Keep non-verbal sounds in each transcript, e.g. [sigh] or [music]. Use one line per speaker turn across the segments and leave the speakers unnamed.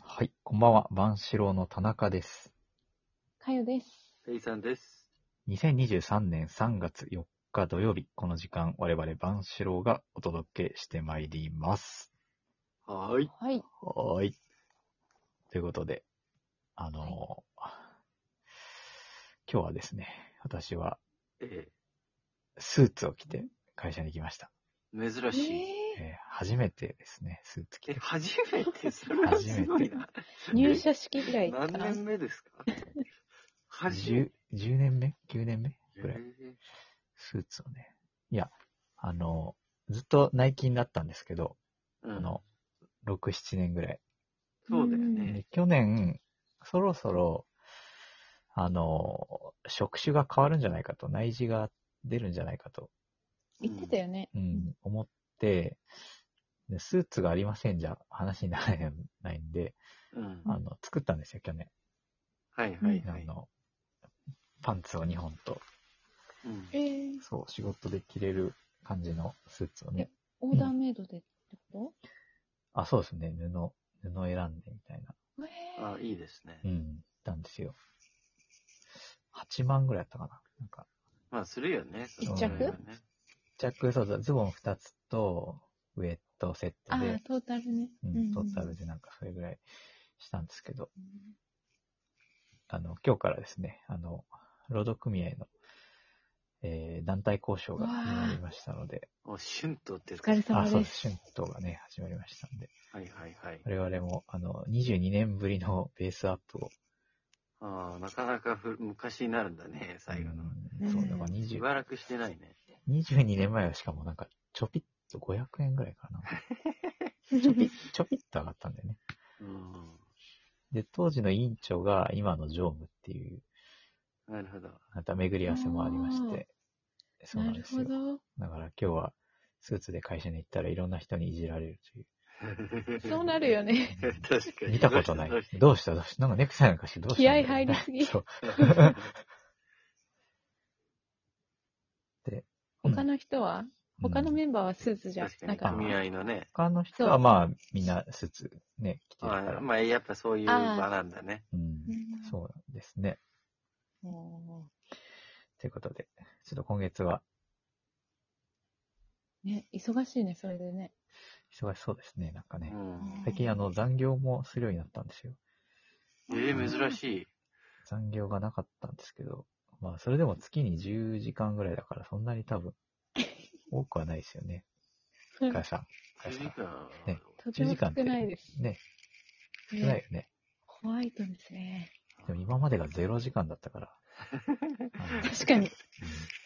はい、こんばんは。万四郎の田中です。
かよです。
ペイさんです。
2023年3月4日土曜日、この時間、我々万四郎がお届けしてまいります。
はーい。
はい。
はーい。ということで、あのー今日はですね、私は
え
スーツを着て会社に来ました。
え、珍しい。
えー初めてですね、スーツ着
え、
て。
初めてそれはすごい [laughs] な。
入社式以来か
何年
[laughs]
目ですか初め
10,
て。
10年目 ?9 年目
え
ぐらい。スーツをね。いや、あのーずっと内勤だったんですけど、
えう
あ
ん、
の、6、7年ぐらい。
そうだよ
う
ね
で。去年、そろそろ、あの、職種が変わるんじゃないかと、内示が出るんじゃないかと、
言ってた
よ。
よね。
うん、思って、でスーツがありませんじゃ話にならないないんで、
うん。
あの、作ったんですよ、去年。
はいはい
あ
はい。
の、パンツを2本と、
うん
えー、
そう、仕事で着れる感じのスーツをね。
オーダーメイドでってこ
あ、そうですね、布、布選んでみたいな。
と、えー、
あ、いいですね
う。ん、たんですよ。8万ぐらいだったかな。なんか、
まあ、するよね。
一
着
そのぐらいはね
着、そうだ、ズボン2つと、ウエットセット
あ
で
ー、、トータルね。
うん、トータルでなんかそれぐらいしたんですけど、あの、今日からですね、あの、労働組合の、えー団体交渉が
うわー
始まりましたので、
お、シュンとっ
お
てやつ。
疲れ様
あ、そう
で
です、
す。
春闘がね、始まりましたんで、
はいはいはい。
我々も、あの、22年ぶりのベースアップを、
ああ、なかなかふ昔になるんだね、最後の。
うんそう、
うん
だから
し
20
ばらくしてないね。
22年前はしかもなんか、ちょぴっと500円ぐらいかな。ちょぴちょぴっと上がったんだよね。
うん。
で、当時の委員長が今の常務っていう、
なるほど。
また巡り合わせもありまして、そうな
[laughs] なんる
です
ほ
よ。
ど。
だから今日はスーツで会社に行ったらいろんな人にいじられると
[laughs]
いう。
そうなるよね。
[laughs] 確かに。
見たこと
[laughs]
ない
どうし。
どうしたどうしたなんかネクタイなんかしてどうした
気合い入りすぎ
そう。
た
うん
他の人は、
うん
他のメンバーはスーツじゃ
確
な
か
か
に
っ
ん
た。
組合のね、
他の人はまあみんなスーツね、着てるか
まあ、
ら。
まあやっぱそういう場なんだね。
うん
うん。
そうですね。
も
ということで、ちょっと今月は
うね、忙しいね、それでね。
忙しそうですね、なんかね
う。ん、
最近あの残業もするようになったんですよ。
え
あ
ー、
ー
珍しい。
残業がなかったんですけど、まあ、それでも月に10時間ぐらいだから、そんなに多分、
[laughs]
多くはないですよね。
うん
かやさん。か
10
やさ
時
ん。
間。
ね
とても少ないです。
ね、少ない
ね
よね。
ホワイトですね。
でも今までが0時間だった
[laughs]
から。あの
確かに。確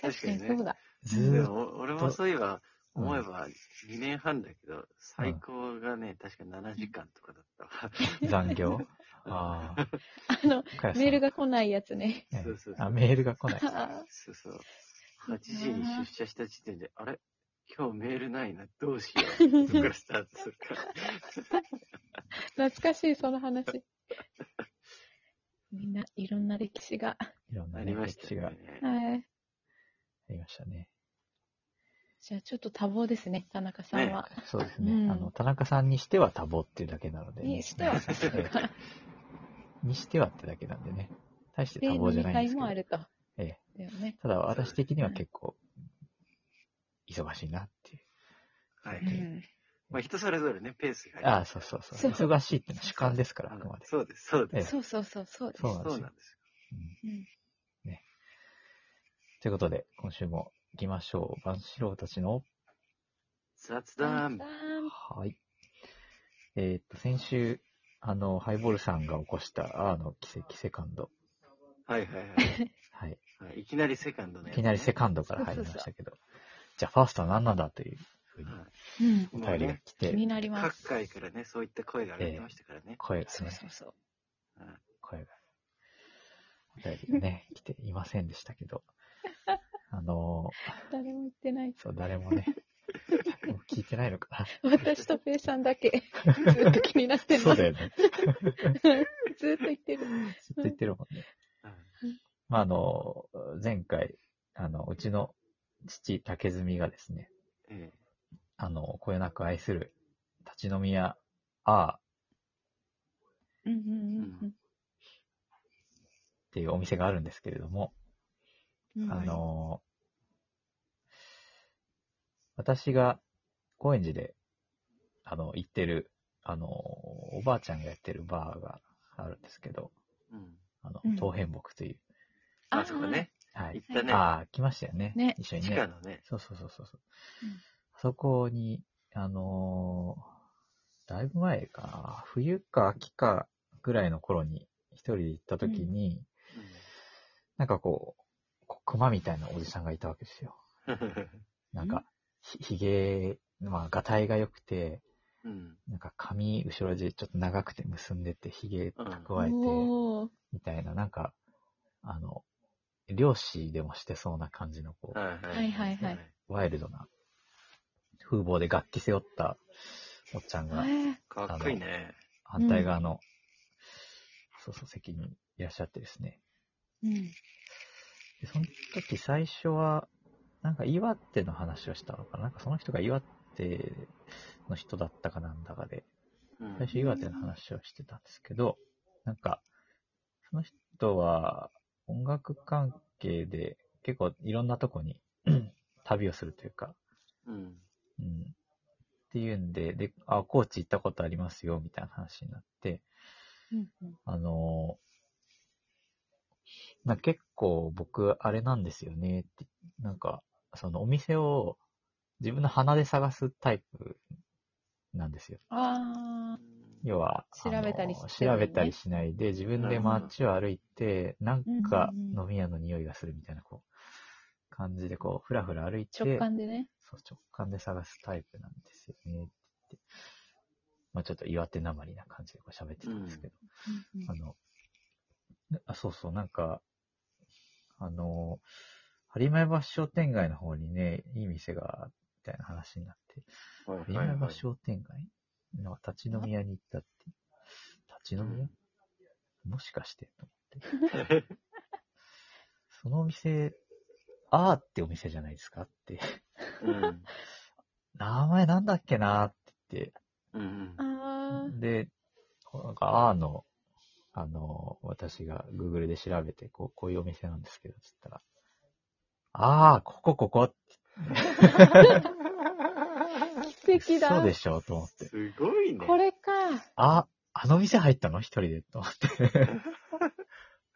確
か
か
に
に
そうだ。
ず
で
ーっと、
も俺もそういえば、思えば2年半だけど、最高がね、確か7時間とかだったわ。
残
[laughs]
業ああ、
あの、
かやさん。
メールが来ないやつね。
ね
そうそうそう
あ、メールが
[laughs]
来ない。
あ
[laughs] そうそう。8時に出社した時点で、あれ今日メールないな、どうしよう。とかスタートす
[laughs]
るから。
懐かしい、その話。みんないろんな歴史が。
いろんな
な
ね、
りまし
歴
た
史があ
よね。
はい。
りましたね。
じゃあちょっと多忙ですね、田中さんは。
そうですね。
うん
あの、田中さんにしては多忙っていうだけなので、
にしては、そ
え
う
え
か。
にしてはってだけなんでね。大して
で、
多忙じゃ
飲み
ないんで
会
すけ
も
ど
あ。ると。
ええ
だよね。
ただ私的には結構、忙しいなっていう。
は
う
い。
ん。
まあ人それぞれね、ペースが
ああ、そうそうそう。
そう
忙しいってのは主観ですから、あ
うん
くまで。
そうです、そう
え
で
え
す。
そうそうそう、そうです。
そうなん
そう
で
な
す
ん
よ。
です
うん
うん
ということで、今週も行きましょう。万志郎たちの。
よ。雑談
さ。
はい。えーっと、先週、あの、ハイボールさんが起こした、あの、奇跡セカンド。
はいはいはい。
はい。
はいいきなりセカンドね。
いきなりセ
ン
カンドから入りましたけど。じゃあ、ファーストは何なんだというふうに
はい
んうん。
お便りが来
気
て、
になりま
各
す。
界からね、そういった声が上がってましたからね。
声が
そう
ね、
そうそう。
声が。お便りがね、来ていませんでしたけど。あの
誰も言ってない。
そう、誰もね、誰も聞いてないのかな。
私とペイさん
[laughs]
だけ、ずっと気にな [laughs] って
そ
ま
う
す
だ。よね。
ずっと言ってる。
ずっと言ってるもんね。
はい
まあ、あの、前回、あの、うちの父、竹積がですね、
え
あの、こよなく愛する立ち飲み屋、ああ、
うんうん
ていうお店があるんですけれども、
うんうん。
あ
はい
の私が高円寺で、あの、行ってる、あのおばあちゃんがやってるバーがあるんですけど、
うん。
あの
うん、
東変木という、
あそこね。
はい。
行ったね。
ああ、来ましたよね。
ね
一緒に
地
ね。
下のね。
そうそうそうそうそう。
うん
あそこに、あのーだいぶ前かな、冬か秋かぐらいの頃に一人で行った時に、なんかこう、こ熊みたいなおじさんがいたわけですよ。なん
うん
か、ひひげ、まあ、がたいが良くて、
[laughs] うん。うん。
なんか髪、後ろでちょっと長くて結んでて、ひげ蓄えて、
おー
みたいな、なんか、あの、漁師でもしてそうな感じの、こう、
はいは
はいはいはい。
ワイルドな風貌で楽器背負ったおっちゃんが
ええ
かっこいいね。
反対側の、そうそう席にいらっしゃってですね。
うん。
で、その時最初は、なんか岩手の話をしたのかななんかその人が岩手の人だったかなんだかで、
うん
最初岩手の話をしてたんですけど、なんか、その人は音楽関係で結構いろんなとこに [clears throat] 旅をするというか、
うん。
うん。っていうんで、で、あ、高知行ったことありますよ、みたいな話になって、
うんうん。
あのーな結構僕、あれなんですよね、って、なんか、そのお店を自分の鼻で探すタイプなんですよ。
ああ。
要は、
調べたり
あのー
してない
調
ね
べたりしないで、自分で街を歩いて、なんか
うんうんうん
飲み屋の匂いがするみたいな、こう、感じで、こう、ふらふら歩いて、
直感でね。
そう、直感で探すタイプなんですよね。って言ってまあちょっと岩手なまりな感じでこう喋ってたんですけど、
うんうん
あの、あ、そうそう、なんか、あの、播磨橋商店街の方にね、いい店が、みたいな話になって、
はいは
播
いは
磨橋
い。
商店街なんか立ち飲み屋に行ったって。立ち飲み屋、もしかしてと思って。そのお店、あーってお店じゃないですかって。
うん。
名前なんだっけなーって言って、
うん。
ああ。
で、なんか、あーの、あの、私が Google で調べて、こう、こういうお店なんですけど、つったら、あー、ここ、ここ、
奇跡だ。
そうでしょ、と思って。
すごいね。
これか。
あ、あの店入ったの一人で、と思って。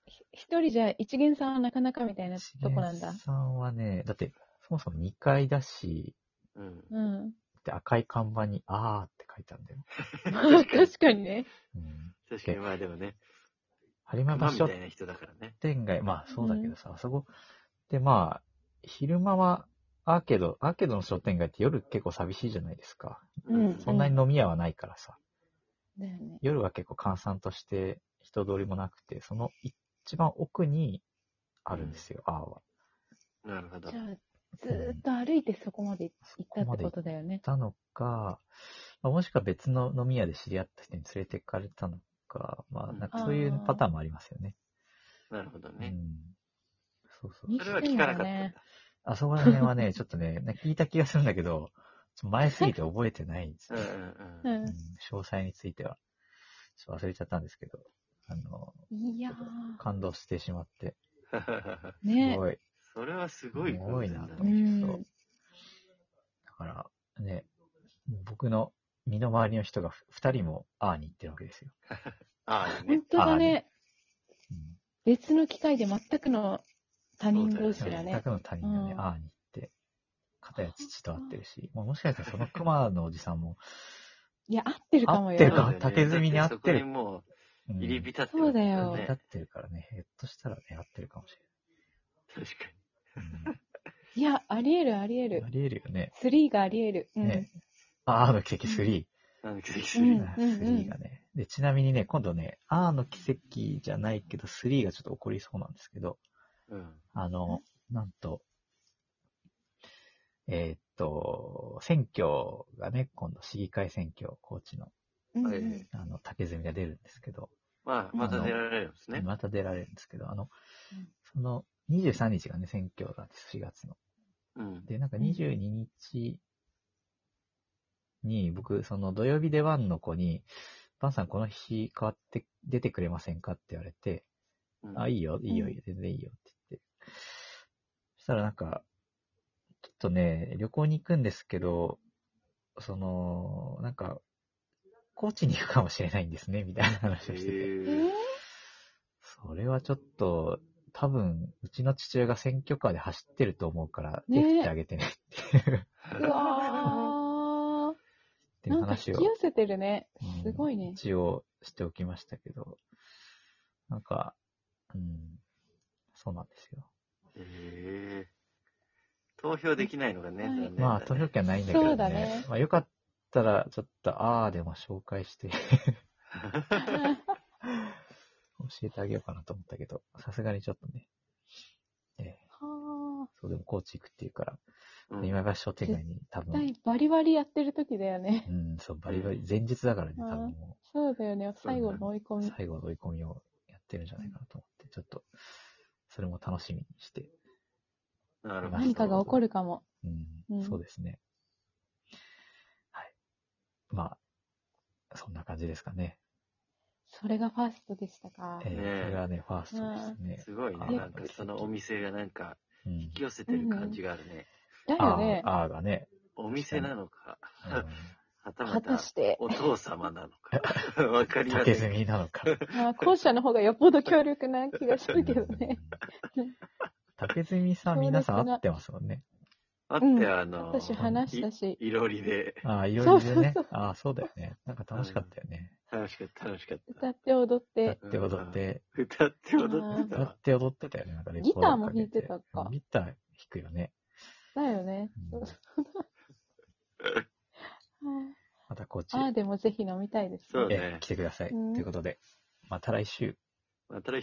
ひ一人じゃ一元さんはなかなかみたいなとこなんだ
しげ。さんはね、だって、そもそも2階だし、
うん。
うん。 [laughs]
で赤い看板に、あーって書いてあるんだよ。
確かにね。
うん。
確かにまあでもね、
播磨
マ
橋
み
商
たいな人だからね。
店街、まあそうだけどさ、あそこでまあ、昼間はアーケード、アーケードの商店街って夜結構寂しいじゃないですか。
うん
そんなに飲み屋はないからさ、
だよね。
夜は結構閑散として人通りもなくて、その一番奥にあるんですよ、アーは。
なるほど
じゃ。あ、ずーっと歩いてそこまで行ったってことだよね。
たのか、まあ、もしくは別の飲み屋で知り合った人に連れて行かれたのか、まあなんかそういうパターンもありますよね。
なるほど
う
ね。
ん。そうそう。
に
それは聞かなかったんだ。
あそこら辺はね、ちょっとね、 [laughs] なんか聞いた気がするんだけど、ちょっと前すぎて覚えてないんです
うん
よ、
[laughs] う
うん
うん
詳細については。ちょっと忘れちゃったんですけど、あの、
ん。いや
感動してしまって、
うん。 [laughs]
ー。
す
ね。
ごい。
それはすごい偶然だ
す
う。
ご
ね。
いなんそうだから、ね、僕の身の回りの人が2人もアーに行ってるわけですよ。
ああ、ね
本。当だ
あ
ね
ね。うん
別の機会で全くの他人同士
そうだ
だ
全
よ
ね。
くの他人がね、
うん
あーに行って、片や父と会ってるし、まあ、もしかしたらその熊のおじさんも、
いや、合ってるかも
合っ
よ。
て
そう
るか
だよね
竹炭に合ってる
だそこにも
うん
う入り浸って
そうだよ
入り
ね
立ってるからね、ひょっとしたらね、合ってるかもし
確かに。
れない。
いや、ありえるあり
う
え
ん
る
あ。りえるよね。
スリーがありえる。うん。
ねアーの奇跡3。
なんか奇跡す
う
る
ん
よ
うん
ね。
3がね。で、ちなみにね、今度ね、アーの奇跡じゃないけど、3がちょっと起こりそうなんですけど、
うん。
あの、なんと、えーっと、選挙がね、今度市議会選挙、高知の、
うん
は
う
い
ん
あの、竹積が出るんですけど、
まあ、また出られるんですね。
また出られるんですけど、あの
うん、
その、23日がね、選挙なんです、4月の。
うん。
で、なんか
うん
22日に、僕、その土曜日出番の子に、バンさんこの日変わって出てくれませんかって言われて、
うん
あ、いいよ、いいよ、
う
いい
ん
よ全然いいよって言って。そしたらなんか、ちょっとね、旅行に行くんですけど、その、なんか、高知に行くかもしれないんですね、みたいな話をしてて。
え
へ
ー
え
それはちょっと、多分、うちの父親が選挙カーで走ってると思うから、手
ねえ
振ってあげてね
うわ
って
ー。
いう
なんか
話
引
を
き、寄せてるね。
うん
すごい
[laughs]
ね。
一応しておきましたけど、なんか、うん、そうなんですよ。
へえ投票できないのがね、
はい
残念だね
まあ、投票権ないんだけど
そ
ね。
うだね
まあ、よかったら、ちょっと、あーでも紹介して、教えてあげようかなと思ったけど、さすがにちょっとね、ええ
は
そうでも高知行くっていうから、
うん
今橋商店街に多
あ。
分、
第バリバリやってる時だよね。
うん、そう、バリバリ、前日だからね、多
うん
分も
そうだよね。最後の追い込
う
み。、
最後の追い込みをやってるんじゃないかなと思って、ちょっと、それも楽しみにして、
なるほど
何かが起こるかも。
う、
うんん
そうですね。はい。まあ、そんな感じですかね。
それがファーストでしたか。
えー
ねえ
それがね、ファーストです
すごいね
あ
なんかそのお店がなんか
ね。
引き寄せてる感じがあるね、
だ
あ
よね。
あーがね、
お店なのか
う
はたま
果た
た
して。
お父様なのか [laughs] わか
ん、
りませ
竹
ん
炭なのか。
まあ、後者の方がよっぽど強力な気 [laughs] がするけど
[laughs]
ね。
うん。竹炭さん、皆さん会ってますもんね。
あってあの、
私話したし。
いいろりで
ああ、いろいろ
そうそう
ね
そ。
ああ、そうだよね。なんか楽しかったよね。
楽しかった楽しかっ
歌って踊っ、
やってて踊って。
た歌って踊ってた
歌
わ
って踊ってたよね。なんかレ
ギターも
コドかけ
弾いてたか
ギター弾くよね。
だよね。
うんまた高知
ああ、でもぜひ飲みたいです
そう
ね。
へ
ね
来てください。と
うん
いうことで、また来週。
また来